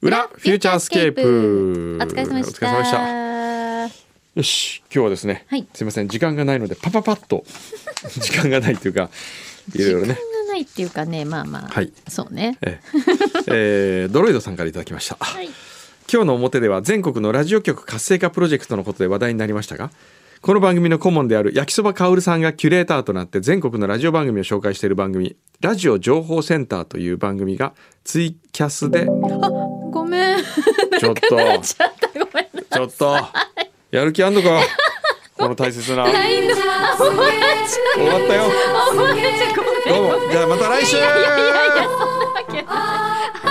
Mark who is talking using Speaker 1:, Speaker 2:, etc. Speaker 1: フューチャースケープ。
Speaker 2: お疲れ様でし
Speaker 1: お疲れ様でした。
Speaker 2: た。
Speaker 1: よし、今日はですね、
Speaker 2: はい
Speaker 1: すいません、時間がないので、パパパッ と。時間がないというか、いろいろね
Speaker 2: 時。間がないっていうかね、まあまあ、
Speaker 1: はい
Speaker 2: そうね。
Speaker 1: えええードロイドさんからいただきました。
Speaker 2: い
Speaker 1: 今日の表では全国のラジオ局活性化プロジェクトのことで話題になりましたがこの番組の顧問である焼きそばかおるさんがキュレーターとなって全国のラジオ番組を紹介している番組「ラジオ情報センター」という番組がツイキャス で
Speaker 2: ごめん、
Speaker 1: ちょっと
Speaker 2: ちゃった、ごめんな。
Speaker 1: ちょっとやる気あんのか この大切な終
Speaker 2: ないんだ。お前ち
Speaker 1: わったよ
Speaker 2: ゃん、お前ちゃん、ごめん。
Speaker 1: どうもじゃあまた来週
Speaker 2: いやいやいや、そんなわけない。